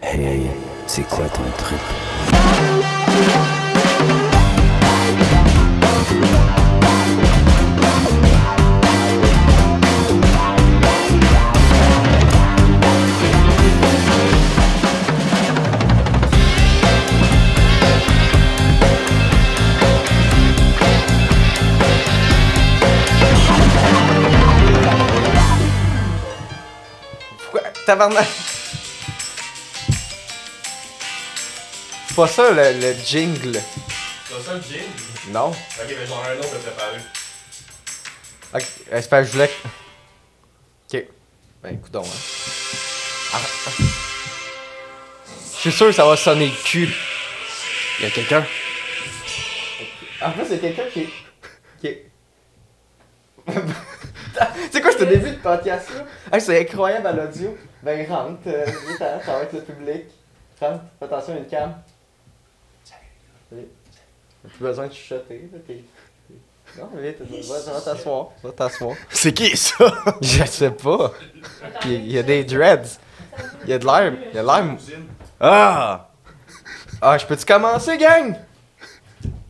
Hey, c'est quoi ton trip Pourquoi Tabarnak C'est pas ça le, le jingle. C'est ça le gin? Ok, Non. mais j'en ai un autre à préparer. Ok, euh, c'est pas je voulais. que- Ok. Ben écoute donc. Hein. Ah. Je suis sûr que ça va sonner le cul. Il y a quelqu'un. En plus, c'est quelqu'un qui. qui. c'est quoi ce début de podcast là? Hey, c'est incroyable à l'audio. Ben rentre, euh, vite, hein, ça va être le public. Rentre, fais attention, il y a une cam. Salut. Salut. Plus besoin de chuchoter, là, t'es. Non, mais vas-y, va t'asseoir, va t'asseoir. C'est qui ça? Je sais pas. Puis il y a des dreads. Il y a de l'air, il y a de l'air. Ah! Ah, je peux-tu commencer, gang?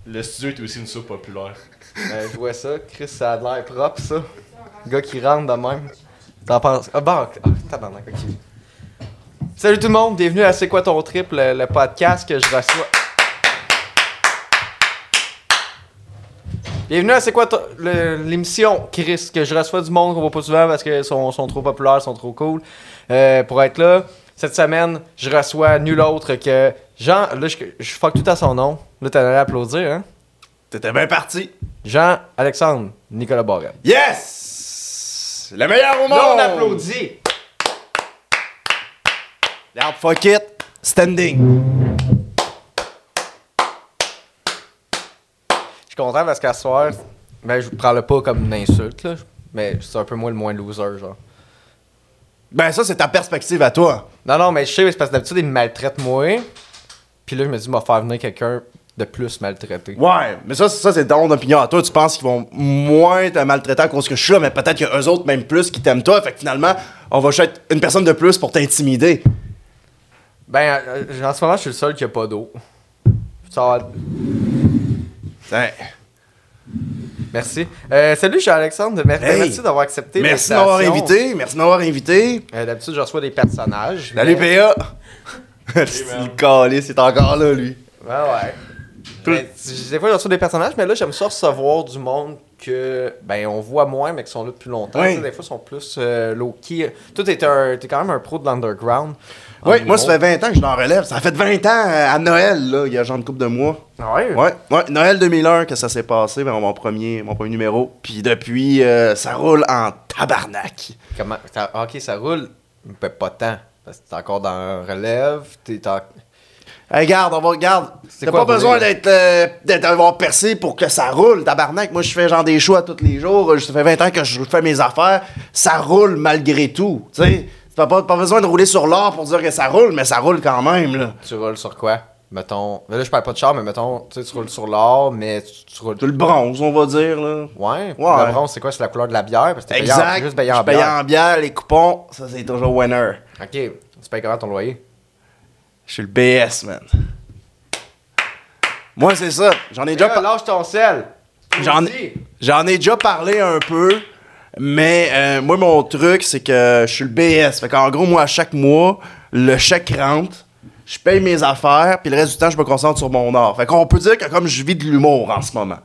Le studio est aussi une soupe populaire. Euh, je vois ça, Chris, ça a de l'air propre, ça. Le gars qui rentre de même. T'en penses. Ah, bon, ah, tabarnak, ok. Salut tout le monde, bienvenue à C'est quoi ton trip, le, le podcast que je reçois. Bienvenue à C'est quoi ton- le- l'émission, Chris, que je reçois du monde qu'on voit pas souvent parce qu'ils sont, sont trop populaires, sont trop cool. Euh, pour être là, cette semaine, je reçois nul autre que Jean. Là, je, je fuck tout à son nom. Là, t'en allais applaudir, hein? T'étais bien parti! Jean-Alexandre Nicolas Borel. Yes! Le meilleur au monde! Là, on applaudit. Regarde, fuck it! Standing! Je suis content parce qu'à ce soir, ben, je prends le pas comme une insulte, là, mais c'est un peu moi le moins loser, genre. Ben, ça, c'est ta perspective à toi. Non, non, mais je sais, c'est parce que d'habitude, ils me maltraitent moi. Puis là, je me dis, m'a faire venir quelqu'un de plus maltraité. Ouais, mais ça, c'est- ça c'est ton opinion à toi. Tu penses qu'ils vont moins te maltraiter à cause que je suis là, mais peut-être qu'il y a eux autres, même plus, qui t'aiment toi. Fait que finalement, on va juste être une personne de plus pour t'intimider. Ben, euh, en ce moment, je suis le seul qui a pas d'eau. Ça va- Tiens. Merci. Euh, salut, Jean-Alexandre. Mer- Hey. Merci d'avoir accepté. Merci de l'invitation. m'avoir invité. Merci de m'avoir invité. Euh, d'habitude, je reçois des personnages. Salut, mais- PA! Le calé, c'est encore là, lui. Ouais, ouais. Mais, tu- des fois, je reçois des personnages, mais là, j'aime ça recevoir du monde que, ben, on voit moins, mais qui sont là depuis longtemps. Oui. Tu sais, Des fois, ils sont plus euh, low-key. Toi, t'es, un, t'es quand même un pro de l'underground. en Oui, moi, ça humour. fait 20 ans que je l'en relève. Ça fait 20 ans euh, à Noël, là, il y a genre une couple de mois. Ouais. Ouais, ouais, Noël 2001 que ça s'est passé, ben, mon, premier, mon premier numéro. Puis depuis, euh, ça roule en tabarnak. Comment, ça- ok, ça roule, mais pas tant. Parce que t'es encore dans un relève, t'es en- Hey, regarde, on va, regarde. C'est T'as quoi rouler, pas besoin là? d'être, euh, d'être d'avoir percé pour que ça roule, tabarnak. Moi, je fais genre des choix tous les jours. Je fais 20 ans que je fais mes affaires. Ça roule malgré tout, tu sais. T'as pas, pas besoin de rouler sur l'or pour dire que ça roule, mais ça roule quand même, là. Tu roules sur quoi? Mettons... Là, je parle pas de char, mais mettons, tu sais, tu roules sur l'or, mais tu, tu roules... Tout le bronze, on va dire, là. Ouais. Ouais. Le bronze, c'est quoi? C'est la couleur de la bière? Parce que t'es payé en- Exact. juste payé en je paye bière. en bière, les coupons, ça c'est toujours winner. Ok. Tu payes comment ton loyer? Je suis le BS, man. Moi, c'est ça. J'en ai déjà Là, par- lâche ton sel! Tu J'en me ai... dis. J'en ai déjà parlé un peu, mais euh, moi, mon truc, c'est que je suis le BS. Fait qu'en gros, moi, à chaque mois, le chèque rentre, je paye mes affaires, puis le reste du temps, je me concentre sur mon art. Fait qu'on peut dire que comme je vis de l'humour en ce moment.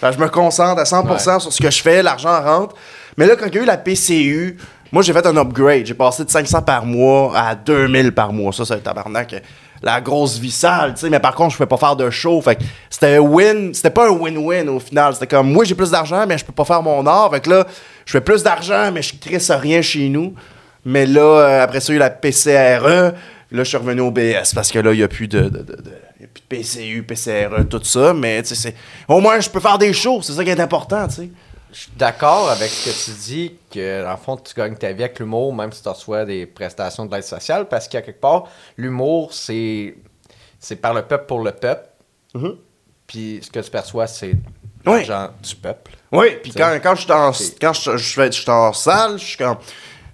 Fait que je me concentre à 100% sur ce que je fais, l'argent rentre. Mais là, quand il y a eu la PCU, moi, j'ai fait un upgrade. J'ai passé de 500 par mois à 2000 par mois. Ça, c'est un tabarnak. La grosse vie sale, tu sais. Mais par contre, je pouvais pas faire de show. Fait que c'était un win. C'était pas un win-win au final. C'était comme, moi, j'ai plus d'argent, mais je peux pas faire mon art. Fait que là, je fais plus d'argent, mais je crisse rien chez nous. Mais là, euh, après ça, il y a eu la PCRE. E. Là, je suis revenu au BS parce que là, il n'y a plus de, de, de- de- il y a plus de PCU, PCRE, E, tout ça. Mais tu sais, c'est- au moins, je peux faire des shows. C'est ça qui est important, tu sais. Je suis d'accord avec ce que tu dis, que en fond, tu gagnes ta vie avec l'humour, même si tu reçois des prestations de l'aide sociale, parce qu'à quelque part, l'humour, c'est c'est par le peuple pour le peuple. Mhm. Puis ce que tu perçois, c'est Oui. l'argent du peuple. Oui, puis T'sais. quand, quand je suis en- C'est- quand je, je fais- je suis en salle, je suis comme.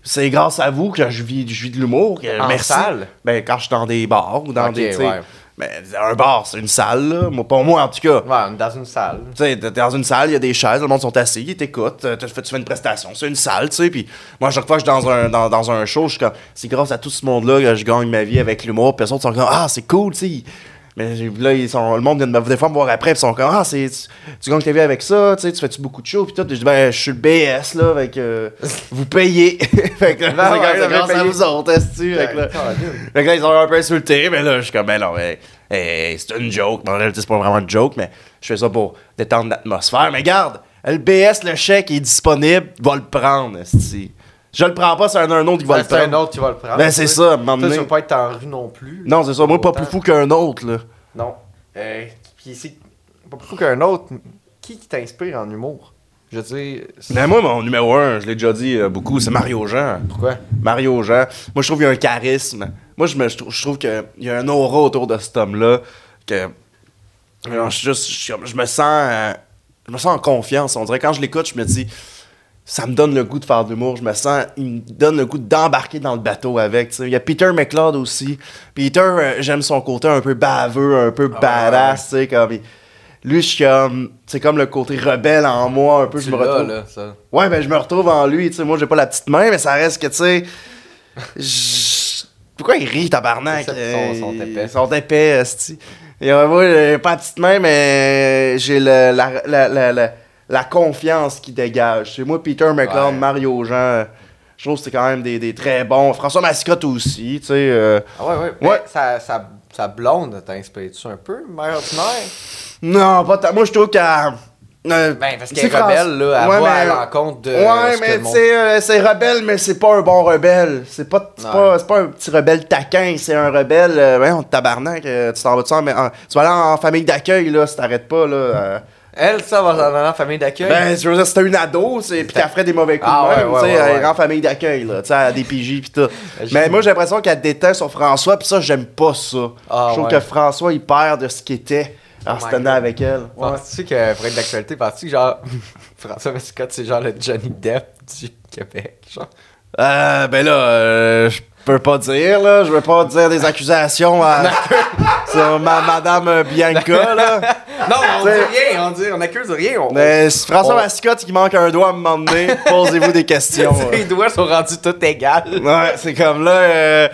c'est grâce à vous que je vis, je vis de l'humour. que- En merci. salle? Ben, quand je suis dans des bars ou dans Ok, des. tu sais, ouais. ben, un bar, c'est une salle, là. Moi, pour moi, en tout cas. Ouais, on est dans une salle. Tu sais, t'es dans une salle, il y a des chaises, le monde sont assis, ils t'écoutent, euh, tu fais tu fais une prestation, c'est une salle, tu sais. Puis moi, à chaque fois que je suis dans un, dans, dans un show, je suis comme, c'est grâce à tout ce monde-là que je gagne ma vie avec l'humour. Puis les autres sont comme, ah, c'est cool, tu sais. Mais j'ai- là, ils sont, le monde vient de me, des fois me voir après, puis ils sont comme, ah, c'est, tu, tu gagnes ta vie avec ça, tu sais, tu fais-tu beaucoup de shows, puis tout. Puis Je dis, ben, je suis le BS, là, avec, vous payez. fait que, là, Ben ouais, c'est vous comme, grâce payez. à vous autres, est-ce Ouais, Colin. là. Fait que là, ils ont un peu insulté, mais là, je suis comme, ben non, mais, hey, hey, c'est une joke. Bon, là, c'est pas vraiment une joke, mais je fais ça pour détendre l'atmosphère. Mais garde, le BS, le chèque est disponible, va le prendre, si. Je le prends pas, c'est un, un autre qui va le C'est un prendre. autre qui va le prendre. Ben, c'est tu sais. ça, à un moment Toi, donné. tu veux pas être en rue non plus. Non, c'est ça, moi, pas Autant. plus fou qu'un autre, là. Non. Euh, puis c'est pas plus fou qu'un autre. Qui qui t'inspire en humour? Je veux dire, c'est- Mais moi, mon numéro un, je l'ai déjà dit euh, beaucoup, c'est Mario Jean. pourquoi? Mario Jean. Moi, je trouve qu'il y a un charisme. Moi, je, me, je, trouve, je trouve qu'il y a un aura autour de cet homme-là. Que. Alors, je, suis juste- je suis comme- je me sens. euh, je me sens en confiance. On dirait quand je l'écoute, je me dis. Ça me donne le goût de faire de l'humour. Je me sens. Il me donne le goût d'embarquer dans le bateau avec. tu sais. Il y a Peter McLeod aussi. Peter, euh, j'aime son côté un peu baveux, un peu badass. tu sais, Comme, il- lui, je suis comme. C'est comme le côté rebelle en moi, un peu. je me retrouve. ça. Ouais, ben je me retrouve en lui, tu sais, moi j'ai pas la petite main, mais ça reste que, tu sais... je- Pourquoi il rit, tabarnak? C'est ça, euh, ils sont- sont épais. Ils sont épais, esti. Et, euh, moi, j'ai pas la petite main, mais j'ai le- la, la, la, la, la confiance qui dégage. C'est moi, Peter McLeod, Ouais. Mario Jean, je trouve que c'est quand même des, des très bons. François Mascotte aussi, tu sais... euh, Ah ouais, ouais. Mais Ouais. Sa, sa, sa blonde t'inspire-tu un peu, mère ordinaire? Non, pas tant. Moi, je trouve qu'elle... euh, Ben, parce c'est qu'elle est France- rebelle, là. Elle Ouais, va mais- à l'encontre de. ouais, ce que mais le tu monde- sais, euh, c'est rebelle, mais c'est pas un bon rebelle. C'est pas, c'est Ouais. pas, c'est pas un petit rebelle taquin, c'est un rebelle. euh, ouais, on te tabarnak, euh, tu t'en vas-tu en, en- Tu vas aller en famille d'accueil, là, si t'arrêtes pas, là. euh. Elle, ça, va dans la famille d'accueil. Ben, je veux dire, si t'as une ado, c'est, pis qu'elle ferait des mauvais coups Ah, de même, ouais, ouais, tu sais, ouais, elle ouais. est en famille d'accueil, là, tu sais, elle a des PJ pis tout. Ben, mais j'ai- moi, j'ai l'impression qu'elle déteint sur François, pis ça, j'aime pas ça. Ah, je trouve ouais. que François, il perd de ce qu'il était en Oh se my tenant God. avec elle. Ouais. Penses-tu que, pour être d'actualité, penses-tu que, genre, François Mascotte, c'est genre le Johnny Depp du Québec, genre? Euh, ben là, euh, je peux pas dire, là. Je veux pas dire des accusations à, sur ma, Madame Bianca, là. Non, on dit C'est- rien, on dit, on accuse rien. On... Mais c'est François On- Mascotte qui manque un doigt à me demander, posez-vous des questions. Ses doigts sont rendus tout égales. là. Ouais, c'est comme là. euh,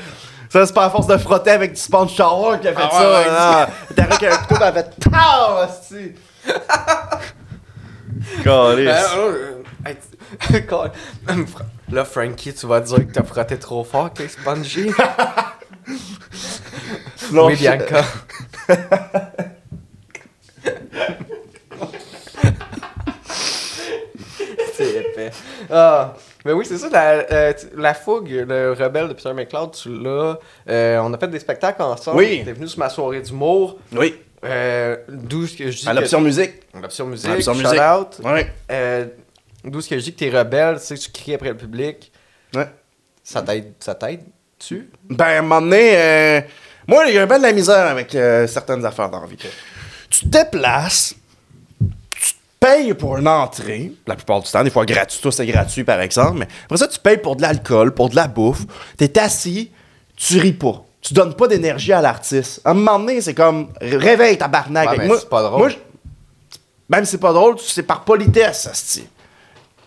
ça, c'est pas à force de frotter avec du sponge shower qui a fait Ah ça. ouais, là. T'as avec un couteau, elle a fait TAM! hostie. Calisse. Euh, euh, hey, tu- Colin, hum, Fra- Là, Frankie, tu vas dire que t'as frotté trop fort avec les spongy. Non, oui, je- Bianca. c'est épais. Ah, mais oui, c'est ça, la, euh, tu- la fougue, le rebelle de Peter McLeod, tu l'as. Euh, on a fait des spectacles ensemble. Oui. T'es venu sur ma soirée d'humour. Oui, Euh, D'où ce que je dis. à que- l'option musique. L'option musique. À l'option shout musique. out. Ouais. Euh, D'où ce que je dis que t'es rebelle, tu sais, tu cries après le public. Ouais. Ça t'aide, ça t'aide-tu? Ben, à un moment donné, euh, moi, j'ai un peu de la misère avec euh, certaines affaires dans la vie. Tu te déplaces, tu payes pour une entrée, la plupart du temps, des fois gratuit, toi c'est gratuit par exemple, mais après ça, tu payes pour de l'alcool, pour de la bouffe, t'es assis, tu ris pas. Tu donnes pas d'énergie à l'artiste. À un moment donné, c'est comme réveille tabarnak. Ouais, Avec mais moi, c'est pas drôle. moi, je- même si c'est pas drôle, c'est par politesse, asti.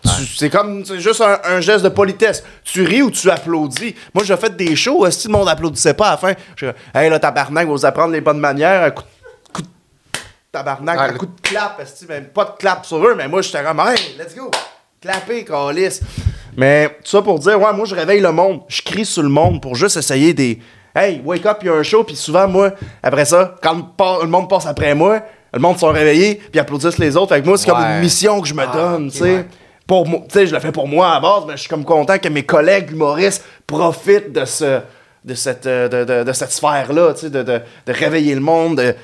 Tu- C'est comme c'est juste un, un geste de politesse. Tu ris ou tu applaudis. Moi, j'ai fait des shows, euh, si le monde applaudissait pas à la fin, je dis Hey là, tabarnak, vous apprendre les bonnes manières, un coup de, coup de tabarnak, Ah, un le- coup de clap, esti, même pas de clap sur eux, mais moi, j'étais comme Hey, let's go, clapper, calice. Mais tout ça pour dire, ouais, moi, je réveille le monde, je crie sur le monde pour juste essayer des Hey, wake up, il y a un show, puis souvent, moi, après ça, quand le, pa- le monde passe après moi, le monde sont réveillés, puis applaudissent les autres. Fait que moi, c'est comme Ouais. une mission que je me Ah, donne, ok, tu sais ouais. pour moi, tu sais, je le fais pour moi à la base, mais je suis comme content que mes collègues humoristes profitent de ce de cette euh, de, de- de cette sphère là, tu sais, de, de- de réveiller le monde, de,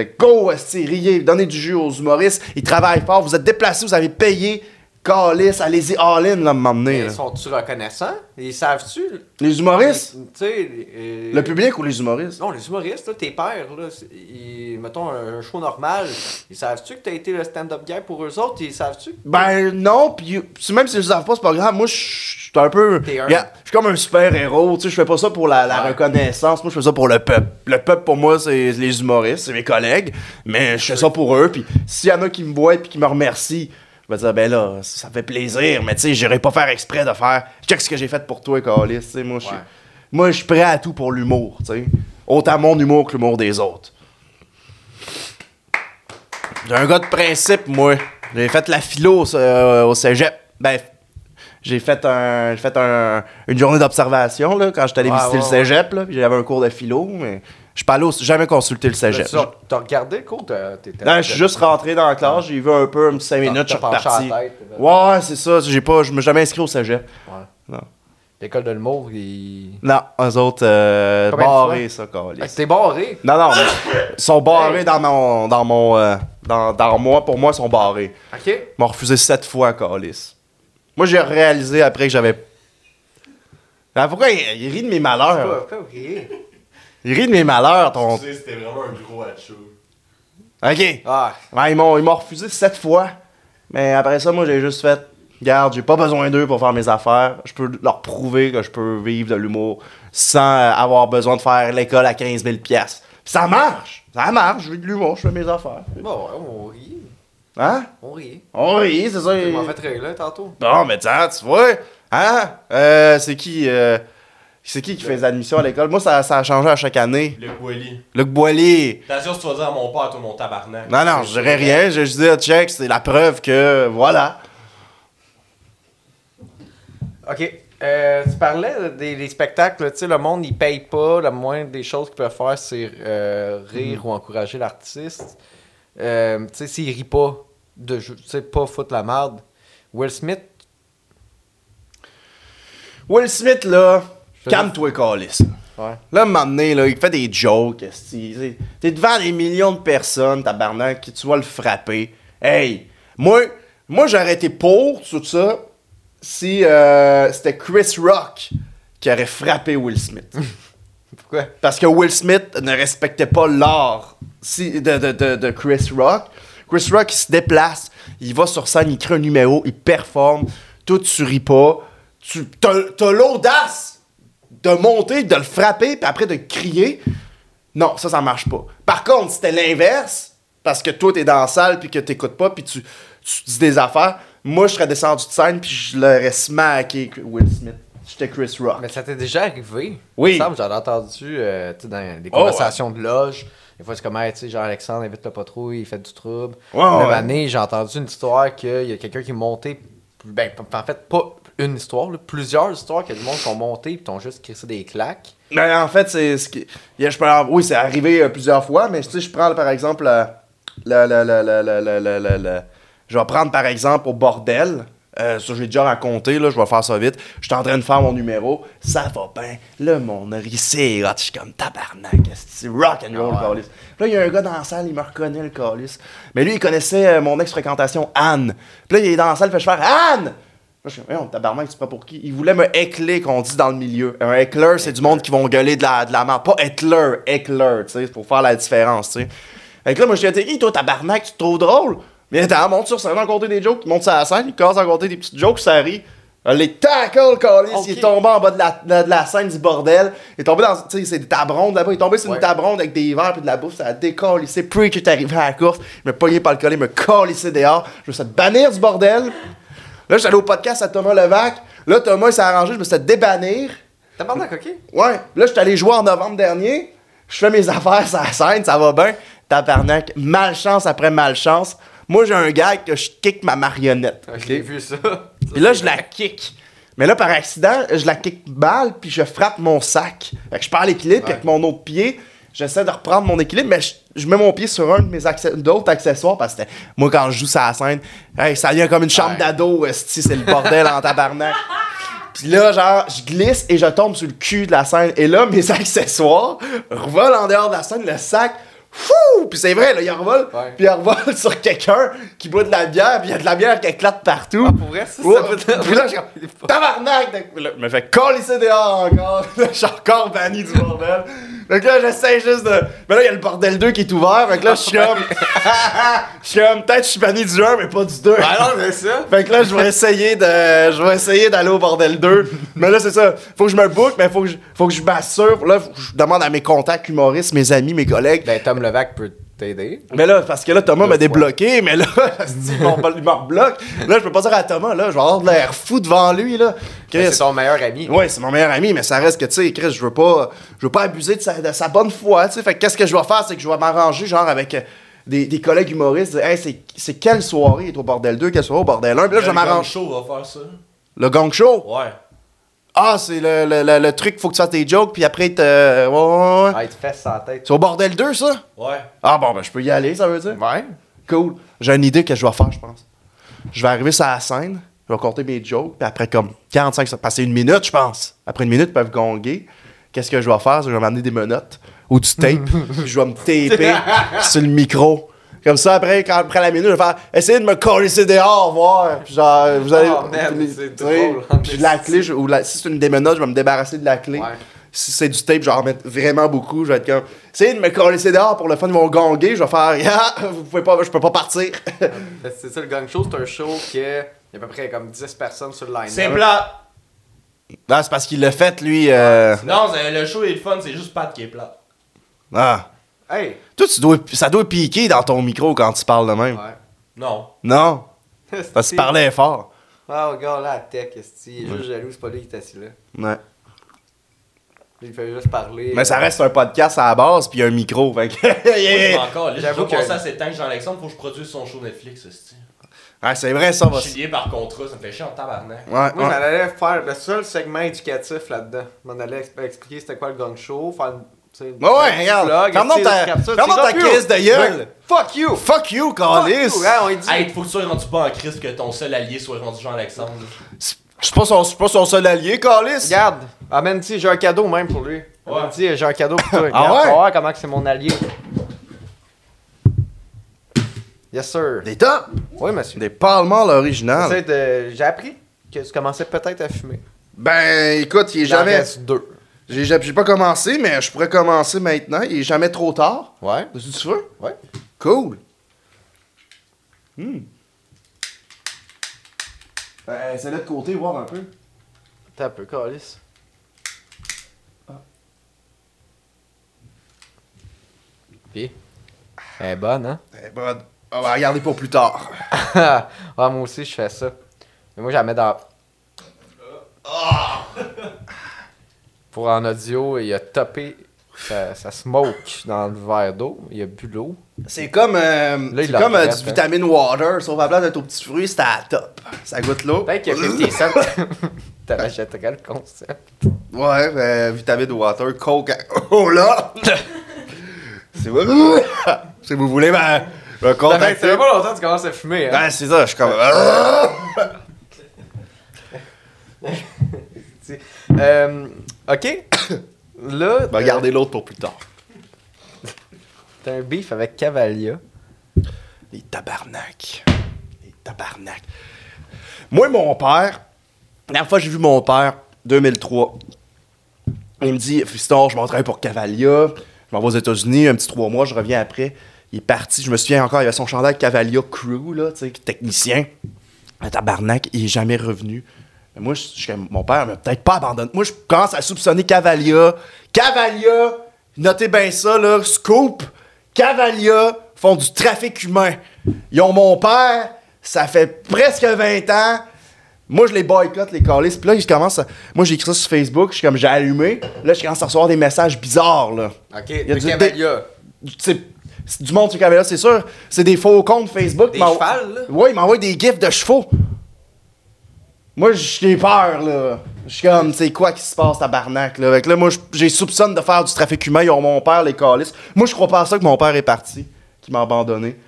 de go, esti, riez, donner du jus aux humoristes, ils travaillent fort, vous êtes déplacés, vous avez payé, Calice, allez-y all-in, là, m'emmener. Ils sont-tu reconnaissants? Ils savent-tu? Les humoristes? Tu sais, euh, Le public ou les humoristes? Non, les humoristes, là, tes pères, là, c'est- ils- mettons un show normal, ils savent-tu que t'as été le stand-up guy pour eux autres? Ils savent-tu? Ben non, pis pis même si je le savent pas, c'est pas grave. Moi, je suis un peu. T'es un. Regarde, Je suis comme un super-héros, tu sais. Je fais pas ça pour la, la Ouais. reconnaissance. Moi, je fais ça pour le peuple. Le peuple, pour moi, c'est les humoristes, c'est mes collègues. Mais je fais ça pour eux. Puis s'il y en a qui me voient pis qui me remercient, je vais dire, ben là, ça fait plaisir. Mais tu sais, j'irai pas faire exprès de faire. Check ce que j'ai fait pour toi, Calis. Tu sais, moi, je suis. Ouais. Moi, je suis prêt à tout pour l'humour, tu sais. Autant mon humour que l'humour des autres. J'ai un gars de principe, moi. J'ai fait la philo euh, au cégep. Ben, j'ai fait, un, j'ai fait un- une journée d'observation là, quand j'étais allé Ouais, visiter ouais, le cégep. là, puis J'avais un cours de philo, mais je suis pas allé au- jamais consulté le cégep. T'as- T'as regardé le cours? t'as- t'étais- Ben, Non, je suis juste rentré dans la classe, j'ai vu un peu, un petit 5 T'as- minutes, je suis t'as penché reparti. la tête, là. Ouais, c'est ça, j'ai pas, je me suis jamais inscrit au cégep. Ouais. Non, L'école de l'humour, ils... non eux autres, euh, Combien de fois? barrés, ça, câlisse. Fait que t'es barré. Non, non, mais ils sont barrés Hey. dans mon. dans mon. euh, dans, dans moi, pour moi, ils sont barrés. OK? Ils m'ont refusé sept fois, Calis. Moi, j'ai réalisé après que j'avais. Ah, pourquoi il, il rit de mes Pourquoi- malheurs? pourquoi vous riez? Il rit de mes malheurs, ton. Tu sais, c'était vraiment un gros hacho. Ok. Ah, Ouais, ils m'ont ils m'ont refusé sept fois. Mais après ça, moi, j'ai juste fait. Garde, j'ai pas besoin d'eux pour faire mes affaires. Je peux leur prouver que je peux vivre de l'humour sans euh, avoir besoin de faire l'école à 15 000 piastres. Ça marche! Ça marche, je vis de l'humour, je fais mes affaires. bon, ouais, on rit. Hein? On rit. Oh oui, c'est ça. Tu m'en fait rire, là, tantôt. Bon, mais tiens, tu vois, hein? Euh, c'est qui, euh, c'est qui qui fait les admissions à l'école? Moi, ça, ça a changé à chaque année. Le Boily. Luc Boilly. Attention, si tu vas dire à mon père, toi, mon tabarnak. Non, non, je dirais rien. Je dis, ah, check, c'est la preuve que, voilà. OK. Euh, tu parlais des, des spectacles, tu sais, le monde, il paye pas. La moindre des choses qu'ils peuvent faire, c'est euh, rire ou encourager l'artiste. Euh, tu sais, s'il rit pas, de, tu sais, pas foutre la merde. Will Smith, Will Smith, là, Je te calme-toi, Callis. ouais. Là, un moment donné, là, il fait des jokes. esti. T'sais, T'es devant des millions de personnes, tabarnak, qui tu vas le frapper. Hey, moi, moi j'aurais été pour tout ça si euh, c'était Chris Rock qui aurait frappé Will Smith. pourquoi? Parce que Will Smith ne respectait pas l'art si- de, de- de- de Chris Rock. Chris Rock, il se déplace, il va sur scène, il crée un numéro, il performe. Toi, tu ris pas. Tu t'as- t'as l'audace de monter, de le frapper, puis après de crier. Non, ça, ça marche pas. Par contre, c'était l'inverse, parce que toi, t'es dans la salle, puis que t'écoutes pas, puis tu, tu dis des affaires. Moi, je serais descendu de scène, puis je l'aurais smacké Will Smith. J'étais Chris Rock. Mais ça t'est déjà arrivé. Oui. Il me semble, j'en ai entendu euh, tu sais, dans des Oh, conversations de loge. Des fois, c'est comme, hey, tu sais, Jean-Alexandre invite le patrouille, il fait du trouble. Ouais, Même ouais. année, j'ai entendu une histoire qu'il y a quelqu'un qui est monté. Ben, p- en fait, pas une histoire, là, plusieurs histoires que du monde qui ont monté et t'ont juste crissé des claques. Ben, en fait, c'est ce qui. il y a- je peux avoir- oui, c'est arrivé euh, plusieurs fois, mais tu sais, je prends par exemple. euh, le, le, le, le, le, le, le, le- le- Je vais prendre par exemple au bordel. Euh, ça, j'ai déjà raconté, là, je vais faire ça vite. Je suis en train de faire mon numéro. Ça va bien. Le monde rit, c'est hot. Je suis comme tabarnak. C'est rock and roll, Ah ouais. câlisse. Puis là, il y a un gars dans la salle, il me reconnaît, le calice. Mais lui, il connaissait euh, mon ex-fréquentation, Anne. Puis là, il est dans la salle, fait je faire Anne! Moi, je suis comme, Voyons, tabarnak, tu prends pour qui? Il voulait me écler, qu'on dit dans le milieu. Un écleur, c'est du monde qui vont gueuler de la, de la merde. Pas écleur, écleur, tu sais, pour faire la différence, tu sais. Fait que là, moi, je t'ai dit, toi, tabarnak, tu te trouves drôle? Mais t'as monte sur scène, compter des jokes, il monte sur la scène, il casse à compter des petites jokes, ça rit. Les tackle, Callis, Ok. il est tombé en bas de la, de, de la scène du bordel. Il est tombé dans, tu sais, c'est des tabrondes là-bas, il est tombé sur Ouais. une tabronde avec des verres puis de la bouffe, ça décolle, il sait plus que t'es arrivé à la course, il m'a pogné par le collet, il me colle ici dehors, je me suis bannir du bordel. Là, j'allais au podcast à Thomas Levac, là, Thomas, il s'est arrangé, je me suis fait débannir. Tabarnak, ok? Ouais, là, je suis allé jouer en novembre dernier. Je fais mes affaires sur la scène, ça va bien. Tabarnak, malchance après malchance. Moi, j'ai un gag que je kick ma marionnette. Ok, J'ai vu ça. Puis là, je la kick. Mais là, par accident, je la kick balle, puis je frappe mon sac. Fait que je perds l'équilibre, puis avec mon autre pied, j'essaie de reprendre mon équilibre, mais je, je mets mon pied sur un de mes acce- d'autres accessoires, parce que moi, quand je joue sur la scène, hey, ça vient comme une chambre Ouais. d'ado, esti, c'est le bordel en tabarnak. Puis là, genre, je glisse et je tombe sur le cul de la scène. Et là, mes accessoires revolent en dehors de la scène, le sac Fou! Puis c'est vrai, là, il revole. Ouais. Puis il revole sur quelqu'un qui boit de la bière, puis il y a de la bière qui éclate partout. Ah, pour vrai, ça, Oh, ça va te- puis là, je suis comme, tabarnak! de- Là, il me fait coller ici dehors encore. Là, je suis encore banni du bordel. Donc là, j'essaie juste de. Mais là, il y a le bordel 2 qui est ouvert. Fait que là, je suis comme. je suis comme, peut-être que je suis banni du 1, mais pas du 2. Ah non, c'est ça. Fait que là, je vais essayer de, je vais essayer d'aller au bordel 2. mais là, c'est ça. Faut que je me book, mais faut que je, faut que je m'assure. Là, faut que je demande à mes contacts humoristes, mes amis, mes collègues. Ben, Tom Levac peut t'aider. Mais là, parce que là, Thomas m'a Deux fois. débloqué, mais là, il m'en- il m'en bloque. Là, je peux pas dire à Thomas, là, je vais avoir de l'air fou devant lui, là. Ben, Chris. C'est ton meilleur ami. Ouais, c'est mon meilleur ami, mais ça reste que, tu sais, Chris, je veux pas, je veux pas abuser de sa, de sa bonne foi, tu sais. Fait que qu'est-ce que je vais faire, c'est que je vais m'arranger, genre, avec euh, des, des collègues humoristes. Hey, c'est- c'est quelle soirée est au bordel 2, quelle soirée au bordel 1. Puis là, je Le Gang m'arrange. Show va faire ça. Le gang show. Ouais. Ah, c'est le, le, le, le truc, faut que tu fasses tes jokes, puis après, te. ouais, ouais, ouais. Ah, il te fesse sans tête. C'est au bordel 2, ça? Ouais. Ah, bon, ben, je peux y aller, ça veut dire. Ouais. Cool. J'ai une idée que je vais faire, je pense. Je vais arriver sur la scène, je vais compter mes jokes, puis après, comme 45 secondes, passer une minute, je pense. Après une minute, ils peuvent gonguer. Qu'est-ce que je vais faire? c'est que Je vais m'amener des menottes ou du tape, puis je vais me taper sur le micro. Comme ça, après, quand, après la minute, je vais faire Essayez de me coller dehors, voir. Puis genre, vous allez. Oh, man, puis- c'est tu sais, drôle, hein, Puis mais la c'est- clé, je- ou la- si c'est une démenotte, je vais me débarrasser de la clé. Ouais. Si c'est du tape, je vais en mettre vraiment beaucoup. Je vais être comme. Essayez de me coller dehors pour le fun, ils vont gonguer. Je vais faire Yeah, vous pouvez pas, je peux pas partir. Fait que Ah, C'est ça, le gang show, c'est un show qui est. Il y a à peu près comme 10 personnes sur le line. C'est plat. Non, c'est parce qu'il l'a fait, lui. euh, Non, c'est- le show est le fun, c'est juste Pat qui est plat. Ah. Hey! Toi, tu dois, ça doit piquer dans ton micro quand tu parles de même. Ouais. Non. Non, parce que tu parlais fort. Ah, regarde là, la tech, est Il est juste jaloux, c'est pas lui qui est assis là. Ouais. Il fait juste parler. Mais ça reste un podcast à la base, puis un micro. Fait que- Moi, je m'en calisse. Je J'avoue veux passer que- à cette tank Jean-Alexandre, faut que je produise son show Netflix, aussi. Ouais, Ah, c'est vrai, ça Je va. suis lié par contrat, ça me fait chier en tabarnak. Ouais, Moi, ouais. j'en allais faire le seul segment éducatif là-dedans. Je m'en allais exp- expliquer c'était quoi le gang show, faire une. tu sais, une Ouais, ouais, petite regarde. vlog, Ferme tu sais, donc ta- le capsule, ferme c'est donc ta fuck you. crise de gueule. Ouais. Fuck you! Fuck you, Fuck Calis! you, hein, on lui dit. Hey, faut que tu sois rendu pas en crise que ton seul allié soit rendu Jean-Alexandre. C'est c'est pas, son- c'est pas son seul allié, Calis! Regarde, Ah, amène-tu, j'ai un cadeau même pour lui. Amène-tu, j'ai un cadeau pour toi. Regarde, ouais? tu vas voir comment que c'est mon allié. Yes, sir. Des tops! Oui, monsieur. Des parlements l'original. Peut-être, euh, J'ai appris que tu commençais peut-être à fumer. Ben, écoute, il est Il en jamais. reste deux. J'ai j'ai pas commencé, mais je pourrais commencer maintenant. Il est jamais trop tard. Ouais. Tu veux? Ouais. Cool. Hmm. Ben, c'est là de côté, voir un peu. T'as un peu, Calis. Puis, elle est bonne, hein? Eh, bud, on va regarder pour plus tard. ah, moi aussi, je fais ça. Mais moi, je la mets dans. Ah! Pour en audio, il a topé ça, ça smoke dans le verre d'eau. Il a bu l'eau. C'est comme, Là, euh, il c'est la comme euh, regrette, du hein. vitamine water, sauf à place de ton petit fruit, c'est à la top. Ça goûte l'eau. Peut-être qu'il y a 50 cents. T'as l'achèterais le concept. Ouais, euh, vitamine water, coke. Oh là! c'est vous. si vous voulez, ben, me Ça fait que ça contacter. fait pas longtemps que tu commences à fumer. Hein? Ben, c'est ça, je suis comme. Ah! Tu- Euh, ok. Là, Ben, gardez l'autre pour plus tard. t'as un beef avec Cavalia. Les tabarnak. Les tabarnak. Moi, mon père, la dernière fois que j'ai vu mon père, 2003, il me dit Fiston, je m'en travaille pour Cavalia. Je m'en vais aux États-Unis, un petit trois mois, je reviens après. Il est parti, je me souviens encore, il avait son chandail Cavalia Crew, là, tu sais, technicien. Un tabarnak, il est jamais revenu. Mais moi, je, je- mon père m'a peut-être pas abandonné. Moi, je commence à soupçonner Cavalia. Cavalia, notez bien ça, là, scoop. Cavalia font du trafic humain. Ils ont mon père, ça fait presque 20 ans. Moi, je les boycotte, les calices. Puis là, je commence à- Moi, j'ai écrit ça sur Facebook, je suis comme, j'ai allumé. Là, je commence à recevoir des messages bizarres, là. Ok, y a de du- Cavalia. C'est c'est du monde sur Cavalia, c'est sûr. C'est des faux comptes Facebook. Des Ils m'en- chevals, là? Ouais, ils m'envoient des gifs de chevaux. Moi, j'ai peur, là. Je suis comme, c'est quoi qui se passe, tabarnak, là? Fait que là, moi, je- j'ai soupçonne de faire du trafic humain. Ils ont mon père, les calices. Moi, je crois pas à ça que mon père est parti, qu'il m'a abandonné.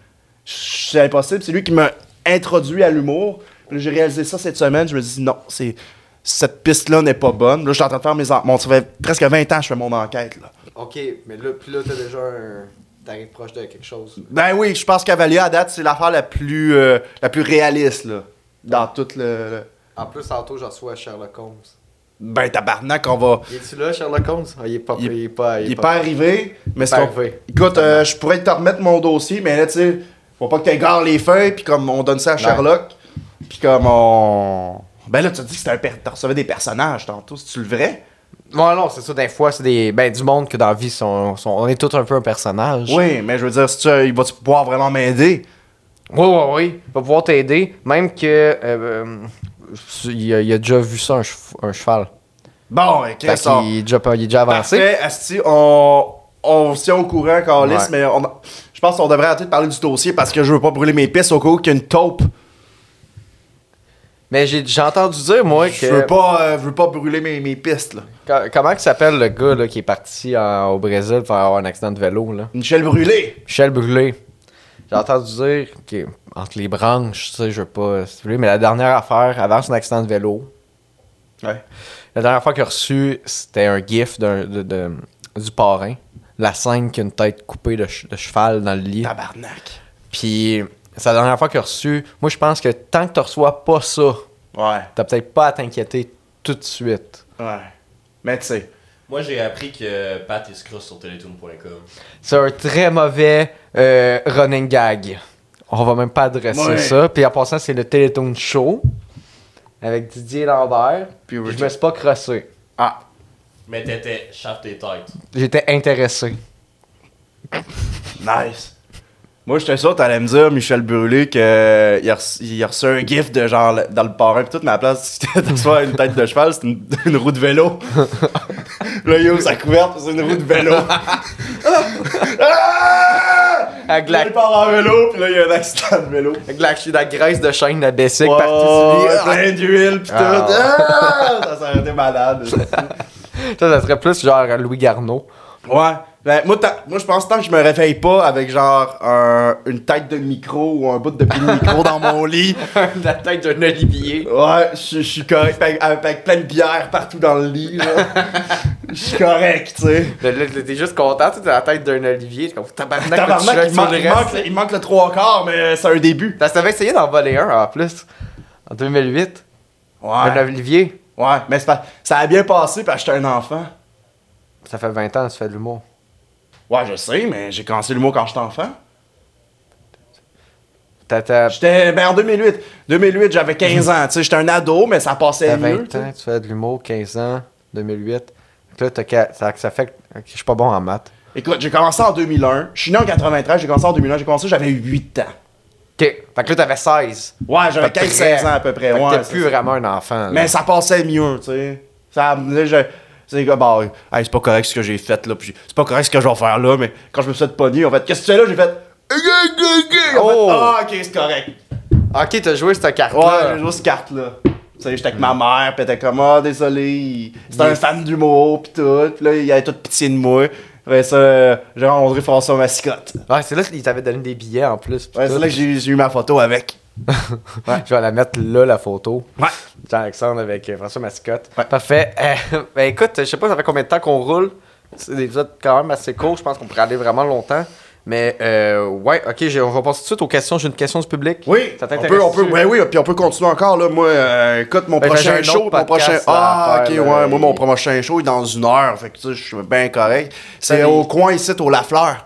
Je- C'est impossible. C'est lui qui m'a introduit à l'humour. Puis là, J'ai réalisé ça cette semaine. Je me dis, non, c'est. Cette piste-là n'est pas bonne. Là, je suis en train de faire mes. en- Mon, ça fait presque 20 ans que je fais mon enquête, là. Ok, mais là, puis là, t'as déjà un. t'arrives proche de quelque chose. Ben oui, je pense qu'Avalier, à date, c'est l'affaire la plus euh, la plus réaliste, là. Dans tout le. le- En plus, tantôt, j'en reçois Sherlock Holmes. Ben tabarnak, on va. Il est-tu là, Sherlock Holmes? Ah, il est pas... Il- Il, est pas... Il est pas arrivé, mais Il est ce pas qu'on- arrivé. Écoute, euh, je pourrais te remettre mon dossier, mais là, tu sais, faut pas que t'égares les feuilles, puis comme on donne ça à Sherlock, puis comme on. Ben là, tu as dit que c'était un per- t'as recevais des personnages tantôt, c'est-tu le vrai? Bon, non, c'est ça, des fois, c'est des. Ben, du monde que dans la vie, sont, sont- on est tous un peu un personnage. Oui, mais je veux dire, si tu, il va-tu pouvoir vraiment m'aider? Oui, oui, oui. Il va pouvoir t'aider. Même que. euh, euh, il, a, il a déjà vu ça, un, chef- un cheval. Bon, ok, Fait ça. qu'il est déjà, il est déjà avancé. Parfait, Asti, on, on s'y au courant, Carlis, Ouais. mais on- je pense qu'on devrait arrêter de parler du dossier parce que je veux pas brûler mes pistes au cas où qu'il y a une taupe. Mais j'ai j'ai entendu dire, moi, Je veux que. pas, euh, je veux pas brûler mes, mes pistes, là. co- Comment il s'appelle le gars là, qui est parti en- au Brésil pour avoir un accident de vélo, là? Michel Brûlé! Michel Brûlé. J'ai entendu dire que entre les branches, tu sais, je veux pas si tu voulez, mais la dernière affaire, avant son accident de vélo, Ouais. la dernière fois qu'il a reçu, c'était un gif d'un- de, de- du parrain. La scène qui a une tête coupée de, ch- de cheval dans le lit. Tabarnak. Puis c'est la dernière fois qu'il a reçu. Moi, je pense que tant que tu reçois pas ça, Ouais, t'as peut-être pas à t'inquiéter tout de suite. ouais. Mais tu sais, Moi, j'ai appris que Pat est scrusse sur teletoon.com. C'est un très mauvais euh, running gag. On va même pas adresser Ouais. ça. Puis en passant, c'est le Télétoon Show avec Didier Lambert. Puis je Richard. me suis pas crossé. ah, Mais t'étais shaft tes têtes. J'étais intéressé. nice. Moi, j'étais sûr que t'allais me dire, Michel Brûlé, qu'il a, reçu- il a reçu un gif de genre le- dans le parrain, pis tout, mais à la place, c'était de recevoir une tête de cheval, c'est une, une roue de vélo. là, il ouvre sa couverte, c'est une roue de vélo. ah! Avec Là, la, il part en vélo, puis là, il y a un accident de vélo. avec la, la graisse de chaîne de Bessic Ouais, partie du lit. plein d'huile, pis tout. Ah. Ah! Ça s'est arrêté malade. Ça, ça serait plus genre Louis Garneau. Ouais. Ben, moi, tant- moi, je pense tant que je me réveille pas avec genre un- une tête de micro ou un bout de pile de micro dans mon lit. la tête d'un Olivier. Ouais, je je suis correct. Avec, avec- avec plein de bière partout dans le lit, là. Je suis correct, tu sais. Là, là, T'es juste content, tu sais, t'as la tête d'un Olivier. T'es comme tabarnak, faut que Tabarnak, tu il, sur manque, le il, manque, reste. le- il manque le trois quarts, mais c'est un début. T'as- T'avais essayé d'en voler un en plus. En 2008. Un Ouais. Olivier. Ouais, mais c'est pas- ça a bien passé parce que j'étais un enfant. Ça fait 20 ans que tu fais de l'humour. Ouais, je sais, mais j'ai commencé le mot quand j'étais enfant. T'as- t'as- J'étais, ben en 2008. 2008, j'avais 15 ans, tu sais, j'étais un ado, mais ça passait T'as mieux. 20 tu sais. ans, tu fais de l'humour, 15 ans, 2008. Fait que là, t'as qu'à- ça, ça fait que ok, je suis pas bon en maths. Écoute, j'ai commencé en 2001. Je suis né en 93, j'ai commencé en 2001. J'ai commencé, j'avais 8 ans. Ok, fait que là, t'avais 16. Ouais, j'avais Fait que 15-16 ans à peu près. Fait que Ouais, t'es c'est plus ça. vraiment un enfant. là. Mais ça passait mieux, tu sais. Ça, là, je- c'est que, bon, hey, c'est pas correct ce que j'ai fait, là. puis c'est pas correct ce que je vais faire, là. Mais quand je me suis fait pogner, en fait, qu'est-ce que tu fais là? J'ai fait. Ah, Oh! ok, c'est correct. Ok, t'as joué cette Ouais, carte-là. j'ai joué cette carte-là. Tu sais, j'étais avec ma mère, pis elle était comme, ah, désolé, il- c'était Il- un fan d'humour, pis tout. Pis là, il avait toute pitié de moi. Après ça, euh, j'ai rencontré François Mascotte. Ouais, c'est là qu'il t'avait donné des billets en plus. pis Ouais, tout. c'est là que j'ai j'ai eu ma photo avec. Je vais la mettre là, la photo. Ouais. Jean-Alexandre avec euh, François Mascotte. Ouais. Parfait. Euh, ben écoute, je sais pas, ça fait combien de temps qu'on roule. C'est des épisodes quand même assez courts. Je pense qu'on pourrait aller vraiment longtemps. Mais euh, ouais, ok, j'ai- on va passer tout de suite aux questions. J'ai une question du public. Oui, Ça on t'intéresse? peut, on peut, ouais, oui, puis on peut continuer encore, là, moi, euh, écoute, mon Ben, j'ai un prochain autre show, mon podcast prochain, à ah, ok, faire, ouais, là, moi, et- mon prochain show est dans une heure, fait que, tu sais, je suis bien correct, c'est Ben, au il- coin, ici, au Lafleur,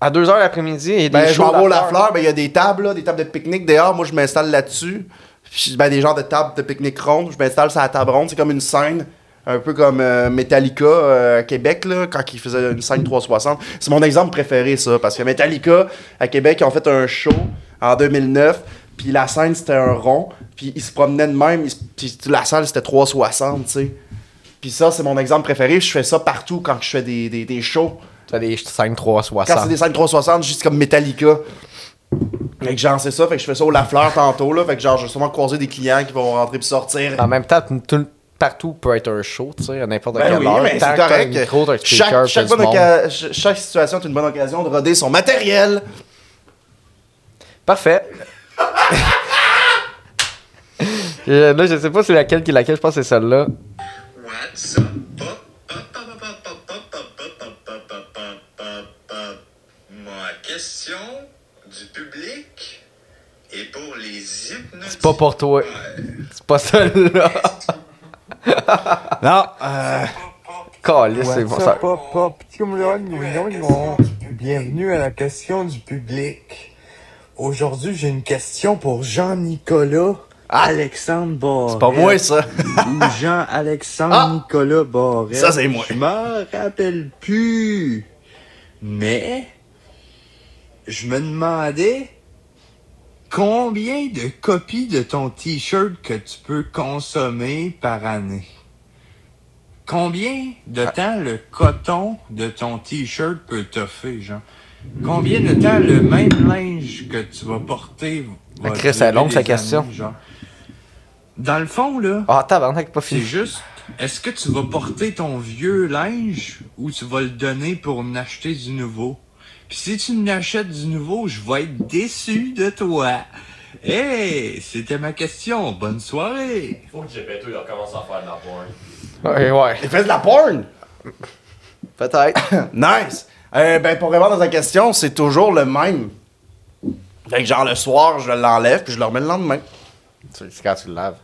À 2h l'après-midi, il y a des ben, je shows m'en vais au d'affaires. Lafleur, ben, il y a des tables, là, des tables de pique-nique dehors, moi, je m'installe là-dessus, Puis, ben, des genres de tables de pique-nique rondes, je m'installe sur la table ronde, c'est comme une scène, un peu comme euh, Metallica euh, à Québec, là, quand ils faisaient une scène 360, c'est mon exemple préféré, ça, parce que Metallica, à Québec, ils ont fait un show en 2009, puis la scène, c'était un rond. Puis il se promenait de même. il se- Puis la salle, c'était 360, tu sais. Puis ça, c'est mon exemple préféré. Je fais ça partout quand je fais des, des, des shows. Tu as des 5 Quand c'est 360. des scènes 360, juste comme Metallica. Fait que genre, c'est ça. Fait que je fais ça au Lafleur tantôt, là. Fait que genre, je vais sûrement croiser des clients qui vont rentrer puis sortir. En même temps, tout- tout- partout peut être un show, tu sais, à n'importe Ben quelle oui, heure. mais Tant c'est que t'as un correct. micro, t'as un Chaque, speaker, chaque, t'as bonne du monde. oca- ch- chaque situation est une bonne occasion de roder son matériel. Parfait. Euh, Là, je sais pas c'est laquelle qui est laquelle, je pense que c'est celle-là. What's up? Pop, pop, pop, pop, pop, pop, pop, pop, pop, pop, pop, pop, pop. Moi, questions du public est pour les hypnotistes. C'est pas pour toi. C'est pas ça, là. Non, euh, Calisse, c'est bon, ça. Pop, pop, Bienvenue à la question du public. Aujourd'hui, j'ai une question pour Jean-Nicolas Alexandre Barret. c'est pas moi ça. Ou Jean-Alexandre Ah! Nicolas Barret. Ça, c'est moi. Je m'en rappelle plus. Mais, je me demandais combien de copies de ton T-shirt que tu peux consommer par année. Combien de Ah. temps le coton de ton T-shirt peut t'offrir, Jean? Combien de temps le même linge que tu vas porter Ah, va Chris, elle est longue, durer sa des question. années, Jean? Dans le fond, là, Ah, tabarnak, pas c'est fini. juste, est-ce que tu vas porter ton vieux linge ou tu vas le donner pour en acheter du nouveau? Puis si tu n'achètes du nouveau, je vais être déçu de toi. Hey, c'était ma question. Bonne soirée. Faut que Gepetto il recommence à faire de la porn. Ouais, ouais. Il fait de la porn! Peut-être. Nice! Euh, ben, pour répondre à ta question, c'est toujours le même. Fait que genre, le soir, je l'enlève, puis je le remets le lendemain. C'est quand tu le laves.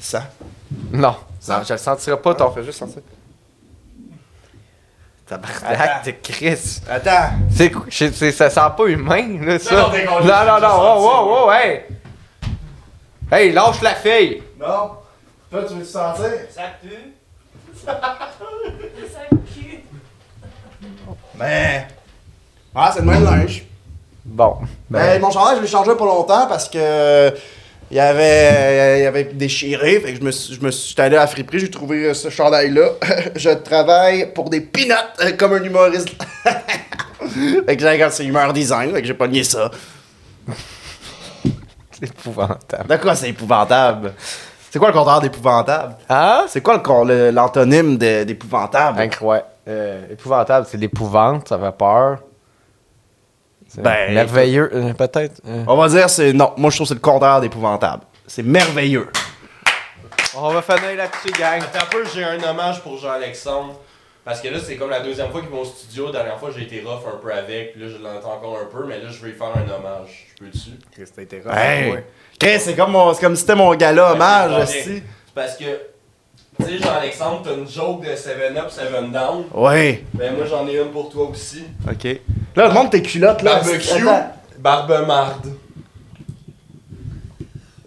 Ça. Non. Ça? Non, je le sentirai pas, t'en fais juste sentir. Tabarnak de Chris. Attends. C'est quoi? c'est- c'est- Ça sent pas humain, là, ça. non, t'es Non, congelé, non, je non, le sens, wow, wow, wow, hey! Hey, lâche la fille! Non. Toi, tu veux te sentir? Ça pue. Ben. Ah, c'est le même linge. Bon. Ben, Ben, mon chandail, je l'ai changé pas longtemps parce que. euh, Il y avait, euh, il y avait déchiré, fait que je me suis, je me suis j'étais allé à la friperie, j'ai trouvé euh, ce chandail-là. je travaille pour des peanuts euh, comme un humoriste. fait que j'ai regardé, c'est humeur design, fait que j'ai pas nié ça. c'est épouvantable. De quoi c'est épouvantable? C'est quoi le contraire d'épouvantable? Hein? C'est quoi le con- le- l'antonyme de- d'épouvantable? Incroyable. Euh, épouvantable, c'est l'épouvante, ça fait peur. C'est Ben, merveilleux, euh, peut-être. euh. On va dire c'est. Non, moi je trouve que c'est le contraire d'épouvantable. C'est merveilleux. On va finir la petite gang. Attends un peu, j'ai un hommage pour Jean-Alexandre. Parce que là, c'est comme la deuxième fois qu'il va au studio. La dernière fois, j'ai été rough un peu avec. Puis là, je l'entends encore un peu. Mais là, je vais lui faire un hommage. Je peux-tu? Hey! Chris, c'est comme, mon- c'est comme si c'était mon gala hommage, C'est aussi. Parce que, tu sais, Jean-Alexandre, t'as une joke de 7-Up, 7-Down. Ouais. Ben, moi, j'en ai une pour toi aussi. OK. Là, montre tes culottes, là. Barbecue, Attends. barbe marde.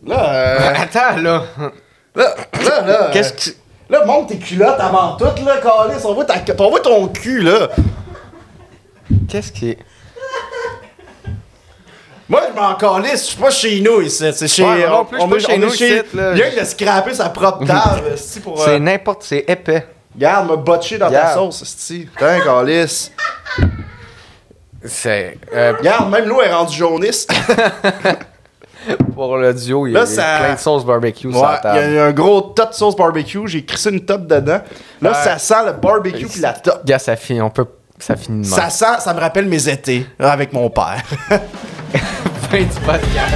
Là, euh, Attends, là. Euh, là, là, là. euh, Qu'est-ce que. Là, montre tes culottes avant tout, là, Calis. On voit, ta... on voit ton cul, là. Qu'est-ce qui est. Moi, je m'en calisse. Je suis pas chez nous, ici. C'est chez... Ouais, moi non plus, je suis on- on pas est- chez on est nous, ici, là. Il vient de scraper sa propre table, esti, pour... C'est Euh... n'importe, c'est épais. Garde, m'a botché dans ta Garde. sauce, esti. Putain, Calis. C'est. euh, Garde, même l'eau est rendue jaunisse. pour le duo, il y Là, a ça- plein de sauces barbecue Ouais, sur la il y a table. eu un gros top de sauce barbecue. J'ai crissé une top dedans. Là, Ouais. ça sent le barbecue puis la top. Gars, ça finit, on peut. Ça finit de Ça même. sent, ça me rappelle mes étés euh, avec mon père. Fin du podcast.